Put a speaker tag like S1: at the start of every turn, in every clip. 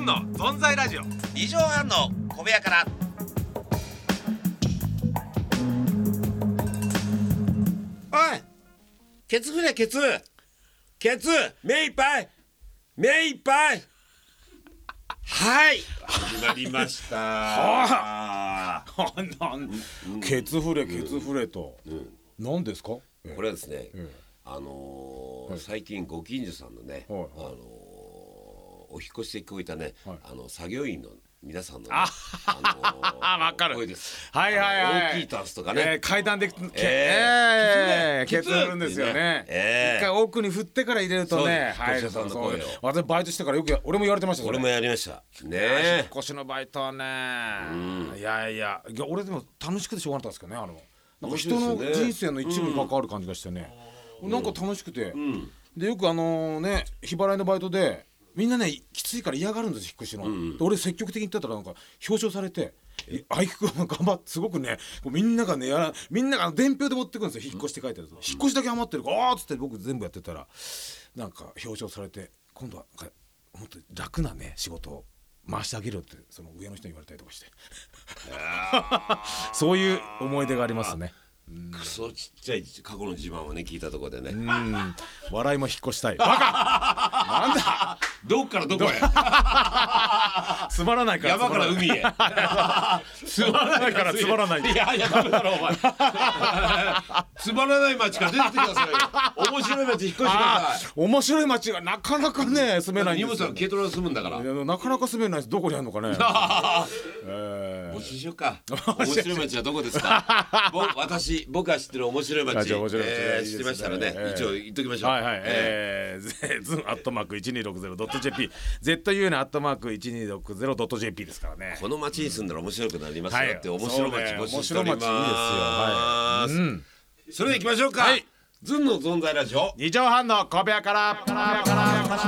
S1: の存在ラジオ
S2: 二畳半の小部屋から
S3: おいケツ振れケツケツ目いっぱい目いっぱいはい始まりましたあー
S4: ケツフレケツフレと、何ですか、え
S3: これはですね、
S4: え
S3: あのー最近ご近所さんのね、
S4: はいはい
S3: あのーお引越しで聞こえたね、
S4: はい
S3: あの作業員の皆さんのね、あの
S4: わかる
S3: 声です。
S4: はいはいはい
S3: あの大きいタンスとか
S4: え
S3: ね
S4: ー、。階段でけ
S3: え
S4: え
S3: ー
S4: ーケツ
S3: ケツ
S4: 振るんですよね
S3: えー
S4: 一回奥に振ってから入れると
S3: そう
S4: ね
S3: です
S4: 入る
S3: 年下さんの声を
S4: そう私バイトしてからよくや俺も言われてましたそれ
S3: 俺もやりました。ね
S4: 引っ
S3: え。
S4: 越しのバイトはね、いやいやいや俺でも楽しくてしょうがなかったですけどねあのなんか人の
S3: 面白いですね
S4: 人生の一部に関わる感じがしてね、なんか楽しくて、でよくあのね日払いのバイトでみんなねきついから嫌がるんですよ引っ越しの、で俺積極的に行ってたらなんか表彰されていあいくんが頑張ってすごくねこうみんながねやらみんなが伝票で持ってくるんですよ引っ越しって書いてあると、引っ越しだけ余ってるからあーっつって僕全部やってたらなんか表彰されて今度はなんかもっと楽なね仕事を回してあげるよってその上の人に言われたりとかしてそういう思い出がありますね
S3: クソちっちゃい過去の自慢をね聞いたところでね。
S4: うん笑いも引っ越したいバカなんだ
S3: どっからどこへ。
S4: つまらないから
S3: 山から海へ。
S4: つまらないからつまらない
S3: いやいやダメだろお前。 つまらない町から出てきてくださいよ。面白い町引っ越してくだ
S4: あ
S3: さ
S4: ー面白い街がなかなかね住めない
S3: い。
S4: ん
S3: 荷物
S4: ですよ
S3: は軽トラで済むんだから。
S4: いやなかなか住めないですどこにあるのか ねえ
S3: 募集しよう か。面白い町はどこですか。ぼ私僕が知ってる面白い
S4: あ
S3: 町。
S4: じゃあ面白い町
S3: え
S4: いい
S3: ー
S4: です
S3: 知っ
S4: ね
S3: てましたらね
S4: え。え
S3: 一応言っときまし
S4: ー
S3: ょう。
S4: はいはい、
S3: え
S4: えー、ズンアットマーク一二六ゼロドット JP、ZU のアットマーク一二六ゼロドット JP ですからね
S3: ー。この町に住んだら面白くなりますよって
S4: はい
S3: 面白い町募集しております。
S4: そうね面白い町いいですよはうん。
S3: それで行きましょうか。ずんの存在ラジオ。
S4: 二畳半の小部屋から。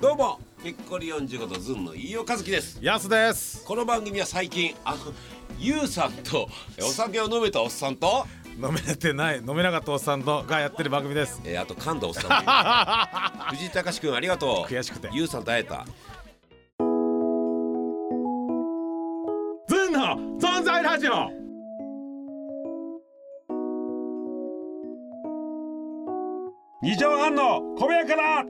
S3: どうも。ぺっこり四十五とずんの飯尾和樹です。
S4: やすです。
S3: この番組は最近あのゆうさん とえお酒を飲めたおっさんと、
S4: 飲めてない、飲めなかったおっさんのがやってる番組です。
S3: えーあと神田おっさん もいる藤井隆君ありがとう
S4: 悔しくて
S3: ゆうさんと会えた
S4: ズンの存在ラジオ。
S3: 二畳半の小部屋から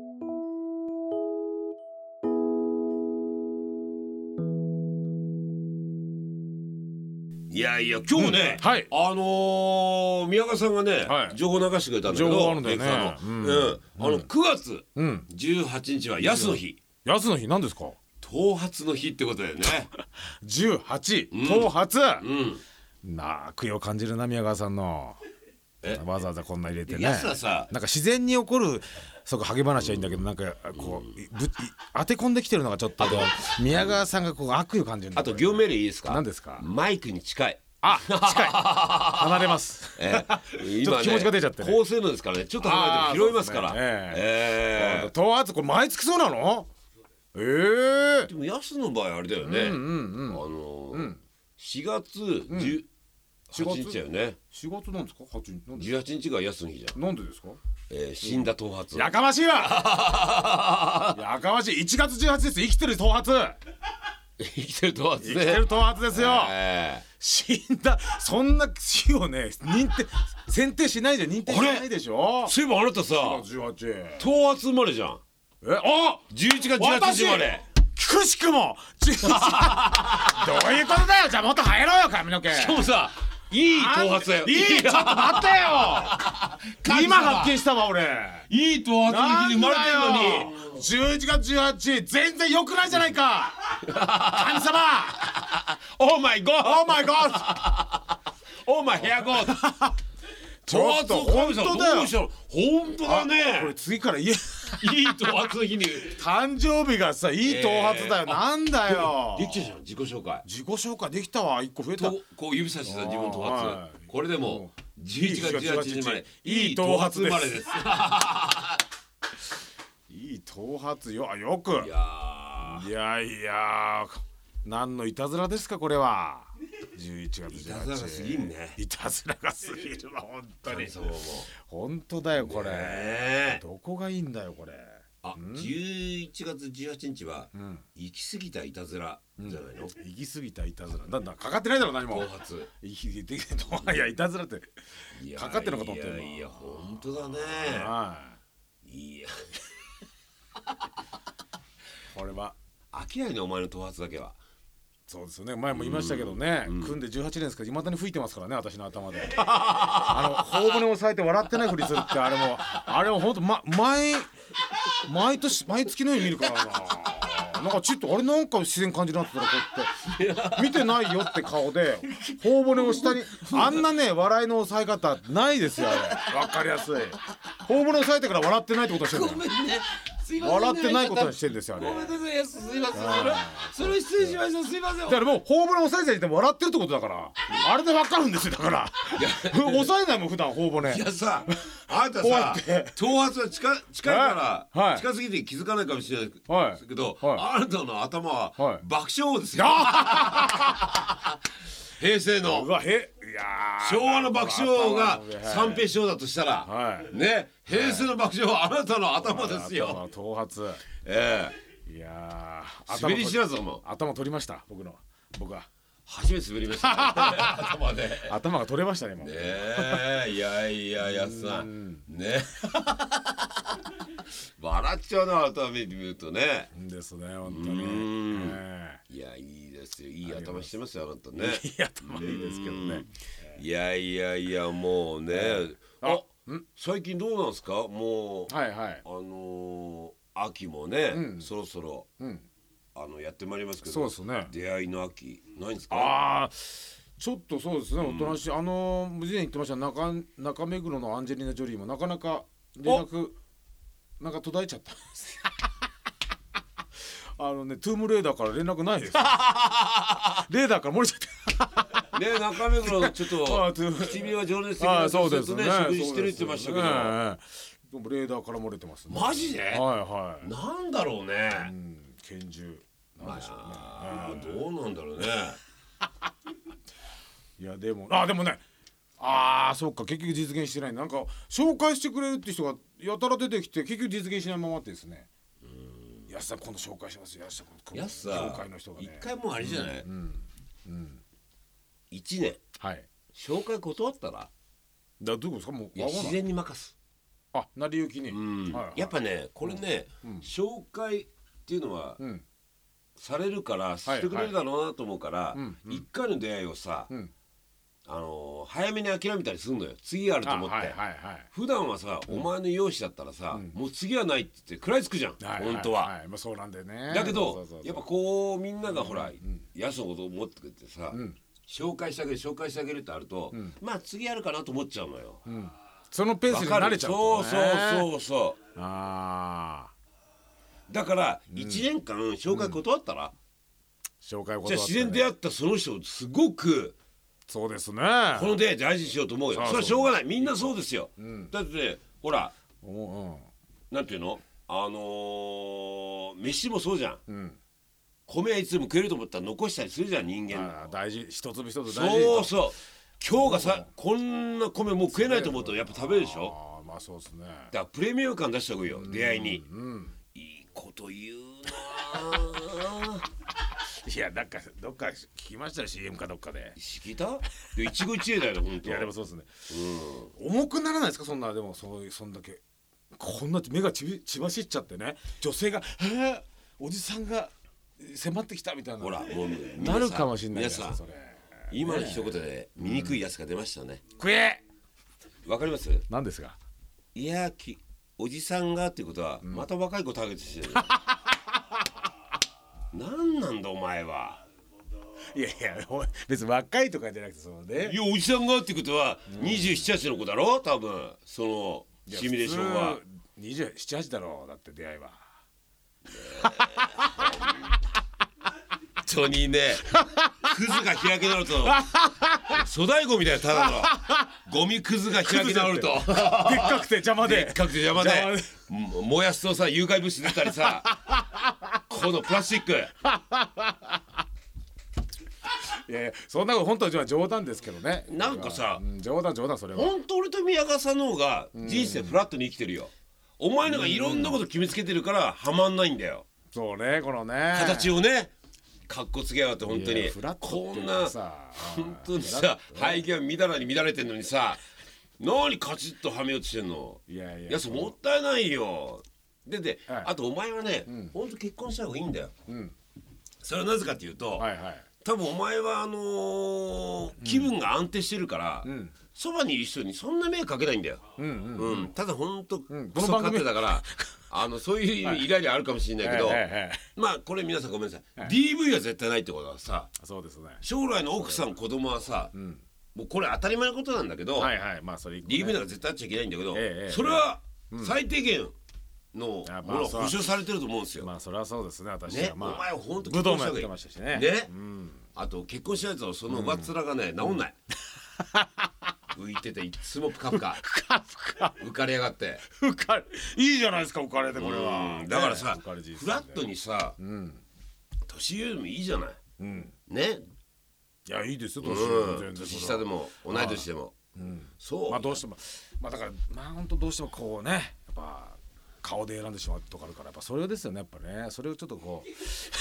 S3: いやいや今日ね、
S4: うんはい
S3: あのー、宮川さんがね、
S4: はい
S3: 情報流してくれたんだけど
S4: 情報あるんだよね
S3: メーカーの
S4: うん
S3: うんあの9月
S4: うん。
S3: 18日は安の日
S4: やすの日なんですか。
S3: 頭髪の日ってこと だよね
S4: 十八
S3: ん、
S4: 頭髪。
S3: うん
S4: なあ、悔いを感じるな宮川さんの
S3: え。
S4: わざわざこんな入れてね。
S3: 安はさ
S4: なんか自然に起こるそこ励まなしはいいんだけどなんかこういぶい当て込んできてるのがちょっと宮川さんがこう悪意を感じるんだ
S3: あと業命令いいですか
S4: 何ですか
S3: マイクに近い
S4: あ近い離れます
S3: ええ
S4: ちょっと気持ちが出ちゃってね
S3: 高性能ですからねちょっと離れても拾いますから
S4: あーそうですね
S3: ええ
S4: とあつこれ毎月そうなのええ
S3: でも安の場合あれだよね、あのー4月18日だよね、
S4: 4月なんですか8日なん
S3: 18日が安の日じゃん、
S4: なんでですか
S3: えー、死んだ頭髪
S4: やかましいわやかましい1月18日です生きてる頭髪
S3: 生きてる頭
S4: 生
S3: 髪
S4: きて
S3: ね
S4: る頭髪ですよ、
S3: え
S4: 死んだそんな死をね認定選定しないじゃ認定しないでしょ
S3: ー、そういえばあなたさ
S4: 18
S3: 頭髪生まれじゃん
S4: えあ
S3: 11月18日生まれ
S4: くし くも11どういうことだよじゃあもっと入ろうよ髪の毛
S3: でも さいい頭髪だよ
S4: いいちょっと待って よ今発見したわ俺
S3: いい頭髪の日に生まれてるのに
S4: に11月18全然良くないじゃな いか神様
S3: オーマイゴー
S4: オーマイゴッ
S3: オーマイヘアゴー
S4: ち
S3: 頭
S4: ょ
S3: 髪の
S4: っと
S3: 神
S4: 本
S3: 様
S4: 当
S3: ど
S4: だよ
S3: うしたの本当だ
S4: これ
S3: ね
S4: 次からいえ
S3: いい頭髪の日に
S4: 誕生日がさいい頭髪だよ、なんだよ
S3: できちゃうじゃん自己紹介
S4: 自己紹介できたわ一個増えた
S3: とこう指差してた自分の頭
S4: あー
S3: 髪
S4: はい
S3: これでもう11月18日までい
S4: い
S3: い
S4: い
S3: 頭
S4: 頭
S3: 髪生
S4: 髪です
S3: まれです
S4: いい頭髪よあよく
S3: いや
S4: いやいや何のいたずらですかこれは11月18
S3: いたずらが過ぎんね
S4: いたずらが過ぎるわ本当に
S3: そうも
S4: 本当だよこれ、
S3: ねえ
S4: どこがいいんだよこれ
S3: あ11月18日は
S4: ん
S3: 行き過ぎたいたずらじゃないの
S4: 行き過ぎたいたずらだんだんかかってないだろ何も
S3: 後発
S4: 行きでいやいたずらって
S3: いや
S4: かかってるのかと思った
S3: い
S4: よ今
S3: やいや本当だね
S4: はい
S3: や
S4: いこれは
S3: 飽きないねお前の頭髪だけは
S4: そうですよね前も言いましたけどね、
S3: うん
S4: 組んで18年ですけどいまだに吹いてますからね私の頭 であの頬骨を押さえて笑ってないふりするってあれもあれも本当ま毎毎年毎月のように見るからななんかちょっとあれなんか自然感じるなって言ったらこうやって見てないよって顔で頬骨を下にあんなね笑いの抑え方ないですよあれわかりやすい頬骨を押さえてから笑ってないってことをしてるんだよ
S3: ねすい
S4: 笑ってないことにしてるんですよあれ
S3: なさいすいませんそれそれ失礼しましたすいません
S4: だからもうホームラン抑えていても笑ってるってことだからあれでわかるんですよだから抑えないもん普段頬骨
S3: いやさ、あなた
S4: こうや
S3: さ
S4: って、
S3: 頭髪は近近いか
S4: は
S3: ら、
S4: い
S3: 近すぎて気づかないかもしれない
S4: はい
S3: けど、
S4: は
S3: あなたの頭は
S4: はい
S3: 爆笑王ですよ。 平成
S4: う
S3: の
S4: わへいやー
S3: 昭和の爆笑王が
S4: 頭の上
S3: 三平師匠だとしたら、
S4: はい
S3: ね、平成の爆笑はあなたの頭ですよ。
S4: 頭頭髪
S3: え
S4: いや
S3: え
S4: ー
S3: 滑り知らずだ
S4: 頭
S3: もん
S4: 取。頭取りました僕の僕は
S3: 初めて滑りま したね。頭で。
S4: 頭が取れましたねもう
S3: ねえいやいややつさんね 笑っちゃうな頭見るとね
S4: ですね本当に
S3: ん
S4: え
S3: いやいいですよいい頭してますよあなたね
S4: えいい頭いいですけどね
S3: いやいやいやもうねあ
S4: あ
S3: 最近どうなんですかもうあ
S4: はいはい
S3: のー秋もね
S4: うん
S3: そろそろ
S4: うん
S3: あのやってまいりますけ
S4: そう
S3: ど
S4: ですね
S3: 出会いの秋ないんですか
S4: ああちょっとそうですねおとなしい、あの無事に言ってました中中目黒のアンジェリーナ・ジョリーもなかなか連絡なんか途絶えちゃった あのねトゥームレーダーから連絡 ないですレーダーから漏れちゃっ
S3: ね中目黒のちょった
S4: あー
S3: と
S4: トゥーム
S3: 唇は情熱的
S4: あ
S3: な
S4: ーそうです
S3: ね
S4: ね
S3: 食事してるって言ってましたけど
S4: そうですねええでもレーダーから漏れてますね
S3: マジで
S4: はいはい
S3: なんだろうね
S4: うん拳銃なんでしょうね、
S3: あーどうなんだろうね。
S4: いやでもあでもねあーそっか結局実現してないなんか紹介してくれるって人がやたら出てきて結局実現しないままってですね安田今度紹介しますよ安田今
S3: や
S4: 度
S3: っさ
S4: 紹介の人が
S3: 一
S4: ね
S3: 回もうあれじゃない。一年
S4: はい
S3: 紹介断ったら
S4: だどういうことですかもう
S3: いや
S4: 合わない
S3: 自然に任す。
S4: あ成り行きに、はいはい
S3: やっぱねこれね紹介っていうのは
S4: うん
S3: されるからしてくれるだろうなと思うから
S4: うんうん
S3: 一回の出会いをさ
S4: うん
S3: あのー早めに諦めたりするのよ次あると
S4: あ
S3: 思っ
S4: はい
S3: て
S4: はいはい
S3: 普段はさお前の容姿だったらさもう次はないって言って食らいつくじゃん
S4: はい
S3: 本当はい
S4: いいまあ、そうなんだよね
S3: だけ
S4: そ
S3: ど
S4: うそうそうそう
S3: やっぱこうみんながほらやすのこと思ってくれてさ
S4: ん
S3: 紹介してあげる紹介してあげるってあるとまあ次やるかなと思っちゃうのよ。
S4: そのペース
S3: わ
S4: に
S3: か
S4: 慣
S3: る
S4: れちゃう
S3: そう
S4: う
S3: そうそうそ
S4: ああ
S3: うだから1年間紹介断ったら
S4: 紹介を
S3: じゃあ
S4: 断ってね
S3: 自然出会ったその人をすごく
S4: そうですね
S3: この出会い大事にしようと思うよ
S4: そう
S3: そ
S4: そう
S3: れはしょうがないみんなそうですよ
S4: ん
S3: だってねほら
S4: お
S3: なんていうのあのー飯もそうじゃん
S4: うんうん
S3: 米はいつでも食えると思ったら残したりするじゃん人間
S4: あー大事一粒一粒大事
S3: そうそう今日がさこんな米もう食えないと思うとやっぱ食べるでしょ
S4: あーまあそうですね
S3: だからプレミアム感出しておくよ出会いに
S4: うん
S3: いいこと言うなあ
S4: いやなんかどっか聞きましたよ CM かどっかで
S3: 聞いたで一期一会だよ本
S4: い
S3: 当
S4: やでもそうですね重くならないですかそんなでもそういうそんだけこんな目がちび血走っちゃってね女性が「へえおじさんが迫ってきた」みたいな
S3: ほらもう皆
S4: な
S3: さん
S4: るかもしれない
S3: 皆
S4: じ
S3: さ
S4: ゃない
S3: ん
S4: ですかそれ
S3: 今の一言で醜いやつが出ましたね
S4: 食え
S3: わかります
S4: なんですが
S3: いやきおじさんがっていうことはまた若い子ターゲットしてる何なんだお前はい
S4: やいやお別に若いとかじゃなくてそのね
S3: いやおじさんがっていうことは2728の子だろ多分そのシミュレーションは
S4: 二十七八だろうだって出会いは
S3: 本当にねクズが開き直ると粗大ゴミだよただのゴミクズが開き直ると
S4: でっかくて邪魔で
S3: でっかくて邪魔
S4: 邪
S3: で
S4: 魔で
S3: も燃やすとさ有害物質出たりさこのプラスチック
S4: いやいやそんなこと本当は冗談ですけどね
S3: なんかさ
S4: うん冗談冗談それは
S3: 本当俺と宮川さんの方が人生フラットに生きてるよお前のがいろんなこと決めつけてるからハマんないんだよ
S4: そうねこのね
S3: 形
S4: を
S3: をねかっこつけやがって本当
S4: い
S3: に
S4: やフラット
S3: こ
S4: ってい
S3: ん
S4: うか
S3: な
S4: さ
S3: 本当にさ背景は乱らに乱れてんのにさ何カチッとはめようとしてんの
S4: いやいや
S3: いやそれもったいないよでで、
S4: はい
S3: あとお前はね、本当結婚した方がいいんだよ
S4: うん
S3: それはなぜかというと、
S4: はいはい
S3: 多分お前はあのー気分が安定してるから、
S4: ん
S3: そばにいる人にそんな迷惑かけないんだよ、
S4: うんうん
S3: うんただ本当、
S4: ん
S3: クソ勝手だ からあのそういうイライラあるかもしれないけど、
S4: はいはいはい
S3: まあこれ皆さんごめんなさい、DV は絶対ないってことはさ
S4: そうですね
S3: 将来の奥さん子供はさ、もうこれ当たり前のことなんだけど、
S4: はいはいまあそれ一個ね
S3: DV なんか絶対あっちゃいけないんだけど、
S4: ええええ
S3: それは最低限のも
S4: あまあ
S3: のは
S4: そう
S3: 保証されてると思うんですよ。
S4: まあそれはそうですね私
S3: ね
S4: は、まあ
S3: お前は本当
S4: 武
S3: 結婚
S4: 道
S3: した
S4: もや
S3: 方が
S4: っ
S3: い
S4: て
S3: い
S4: ましたしね
S3: ね、 あと結婚したやつはその上っ面がね、治んない、浮いてていっつもプカプ カ
S4: ふかふか
S3: 浮かれやがって
S4: 浮かれいいじゃないですか浮かれてこれ
S3: う
S4: は
S3: んだからさ、
S4: ね浮かれ人生
S3: フラットにさ、
S4: ん
S3: 年上でもいいじゃない
S4: うん
S3: ね、
S4: いやいいですよ
S3: う
S4: 年上
S3: ん、
S4: 全然
S3: 年下でも同い年でも、そう、
S4: まあどうしてもまあだからまあ本当どうしてもこうねやっぱ顔で選んでしまうとかあるからやっぱそれですよねやっぱねそれをちょっとこう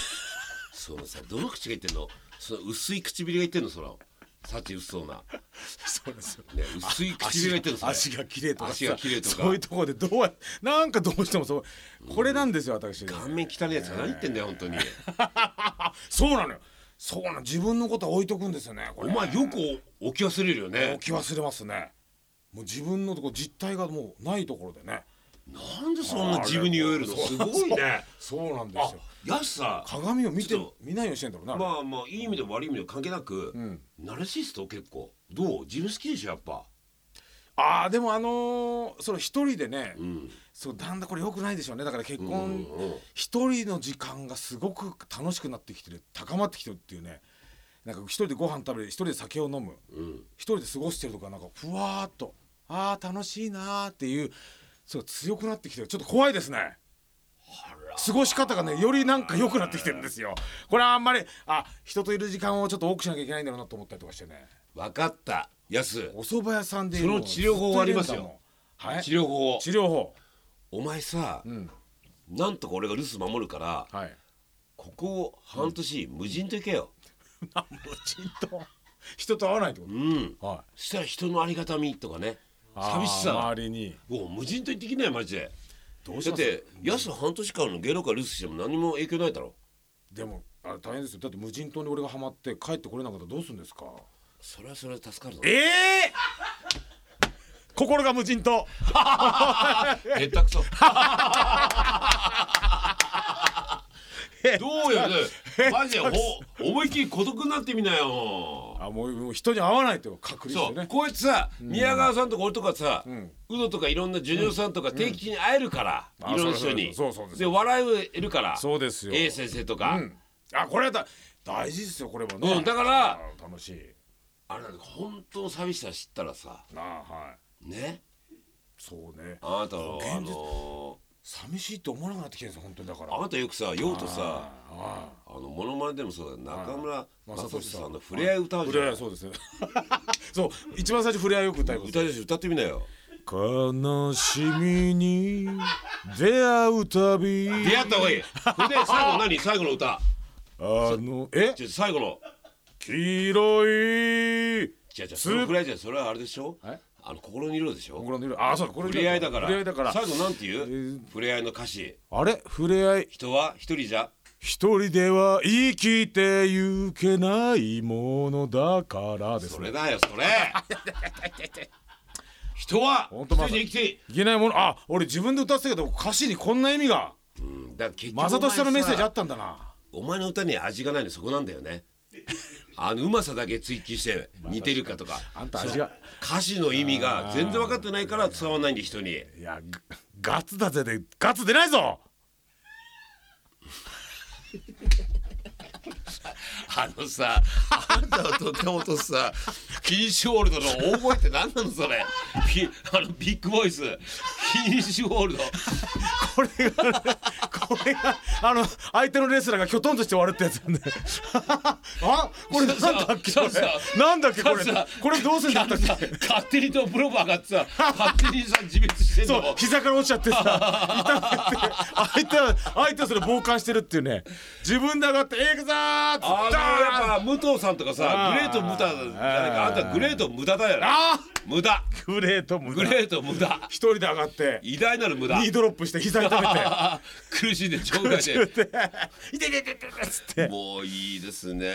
S3: そのさどの口が言ってんのその薄い唇が言ってんのそら幸薄そうな、
S4: そうですよ
S3: ね、薄い唇が言ってんのそれ
S4: 足が綺麗とかさ
S3: 足が綺麗とか
S4: そういうところでどうやなんかどうしてもそうこれなんですよ私ね
S3: 顔面汚いやつが何言ってんだよ本当に
S4: そうなのよそうなの自分のことは置いとくんですよねこ
S3: お
S4: れ
S3: 前よく置き忘れるよね
S4: 置き忘れますねもう自分のとこ実体がもうないところでね
S3: なんでそんな自分に酔えるの
S4: そう
S3: すごいね
S4: そうなんで
S3: あ
S4: すよ
S3: やすさ
S4: 鏡を見て
S3: ちょっと
S4: 見ないようにしてんだろうな、
S3: まあまあいい意味でも悪い意味でも関係なく、ナルシスト結構どう自分好きでしょやっぱ
S4: ああでもあのーそれ一人でね、
S3: ん
S4: そうだんだんこれ良くないでしょうねだから結
S3: うん
S4: 婚
S3: うん
S4: 一人の時間がすごく楽しくなってきてる高まってきてるっていうねなんか一人でご飯食べる一人で酒を飲む
S3: うん
S4: 一人で過ごしてるとかなんかふわーっとあー楽しいなーっていうそう強くなってきてるちょっと怖いですね過ごし方がねよりなんか良くなってきてるんですよこれはあんまりあ人といる時間をちょっと多くしなきゃいけないんだろうなと思ったりとかしてね
S3: 分かったやす
S4: お蕎麦屋さんで
S3: その治療法はありますよ
S4: ずっといるんだもんはい
S3: 治療法を
S4: 治療法
S3: お前さ、
S4: ん
S3: なんとか俺が留守守るから
S4: はい
S3: ここを半年無人と行けよ
S4: あもうちんと人と会わないってこ
S3: うん
S4: とはい
S3: そしたら人のありがたみとかね寂しさ
S4: あー
S3: が
S4: 周りに
S3: もう無人と行ってきないマジで
S4: どうし
S3: だっ
S4: ます
S3: てやす半年間の芸能界留守しても何も影響ないだろ
S4: でもあれ大変ですよだって無人島に俺がハマって帰ってこれなかったらどうするんですか
S3: それはそれで助かるぞ
S4: ええ心が無人島
S3: 下手く そどうよ、ね、マジでほ思いっきり孤独になってみなよ
S4: あもうもう人に会わないと隔離し
S3: そ
S4: て
S3: う
S4: ね
S3: こいつさ宮川さんとか俺とかさ
S4: ん
S3: ウドとかいろんなジュニオさんとか定期的に会えるから
S4: うんあ
S3: いろんな人に
S4: そうそうそうそうそうです
S3: で笑えるから
S4: そうですよ
S3: A 先生とか
S4: うんあこれはだ大事ですよこれはね、
S3: うんだから
S4: あー楽しい
S3: あれなんだ本当の寂しさ知ったらさ
S4: なあはい
S3: ね
S4: そうね
S3: あなたの
S4: 現
S3: あ
S4: 実
S3: の
S4: 寂しいって思わなくなってきてるんですよ本当にだから
S3: あなたよくさようとさ
S4: あ
S3: あのモノマネでもそうだよ中村
S4: はい
S3: 雅俊さんの「触れ合い歌
S4: あ
S3: う
S4: ふ
S3: じゃ
S4: れあ
S3: ん
S4: いそうです そう一番最初ふれあいよく歌います
S3: 歌い出し歌ってみなよ
S4: 悲しみに出会うたび
S3: 出会った方がいいそれで最後何最後の歌
S4: あのえ
S3: じゃ最後の
S4: 黄色い
S3: じゃじゃそれぐらいじゃそれはあれでしょ
S4: え
S3: あの心の色でしょ
S4: 僕らの色あそうだこれ
S3: 触れ合いだから
S4: 触れ合いだから
S3: 最後なんていう、
S4: えー
S3: 触れ合いの歌詞
S4: あれ触れ合い
S3: 人は一人じゃ
S4: 一人では生きてゆけないものだからです
S3: そ
S4: ね
S3: れだよそれ 人は
S4: ほん
S3: 一
S4: とま
S3: 人
S4: さ
S3: で生きていい、
S4: いけないものあ俺自分で歌ってたけど歌詞にこんな意味が
S3: うん、だから結局
S4: マサトシさんのメッセージあ
S3: あ
S4: ったんだな
S3: お前の歌に味がないのそこなんだよ ねあのうまさだけ追求して似てるかとか
S4: あんた味が
S3: 歌詞の意味が全然分かってないから伝わらないんで人に
S4: いやガガツだぜでガツ出ないぞ
S3: あのさあんたの時の音さ金ショールドの大声って何なの それビあのビッグボイス金ショールド
S4: これがねこれがあの相手のレスラーがきょとんとして終わるってやつなん であこれなんだっけこ
S3: そうそう
S4: れなんだっけこれ
S3: そうそう
S4: これどうするんだったっ
S3: さ
S4: け
S3: 勝手にとプロバーがさ勝手にさ自滅してん
S4: そう
S3: の
S4: 膝から落ちちゃ ってさ痛めて相手は相手はそれ傍観してるっていうね自分で上がって「えくぞ!」っつって
S3: あの
S4: ダーン
S3: やっぱ武藤さんとかさ
S4: あー
S3: グレート無駄じゃないかあんたグレート無駄だよな
S4: あ
S3: 無駄
S4: ーグレートも
S3: グレート無駄
S4: 一人で上がって
S3: 偉大なる無駄
S4: ニードロップして膝痛めて
S3: 苦しんで場外で
S4: で「痛い痛い痛い痛い」っつって
S3: もういいですね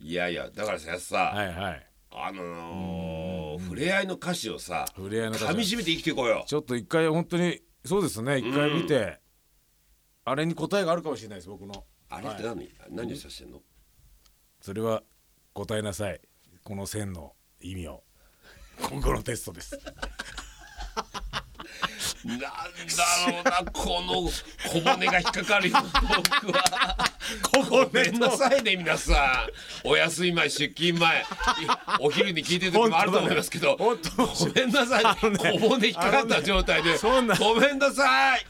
S3: いやいやだからささ、
S4: はいはい
S3: あのー、触れ合いの歌詞をさ
S4: 触れ合いの歌詞
S3: 噛み締めて生きていこうよ
S4: ちょっと一回本当にそうですね一回見てあれに答えがあるかもしれないです僕の
S3: あれって何、何を指してんの
S4: それは答えなさいこの線の意味を今後のテストです
S3: なんだろうな この小骨が引っかかるよ僕は
S4: ここ
S3: ごめんなさいね皆さんお休み前出勤前い お昼に聞いてる時もあると思いますけど
S4: 本当だ
S3: ごめんなさい、
S4: あのね
S3: 小骨引っかかった状態で、
S4: あのねそんな
S3: ごめんなさい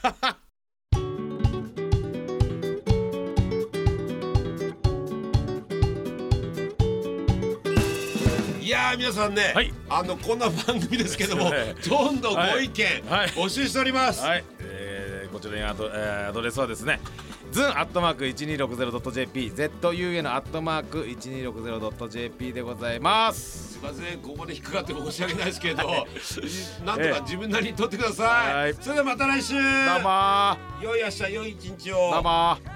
S3: いやー皆さんね、
S4: はい
S3: あのこんな番組ですけども、
S4: はい
S3: どんどんご意見、
S4: はい
S3: 募集しております、
S4: はい、えーこちらにアド,、えーアドレスはですね zun アットマーク 1260.jp zun アットマーク 1260.jp でございます
S3: すいませんここまで引っかかって申し訳ないですけどなんとか自分なりに取ってください、
S4: はい
S3: それではまた来週
S4: どうもー
S3: 良い明日良い一日を
S4: どうもー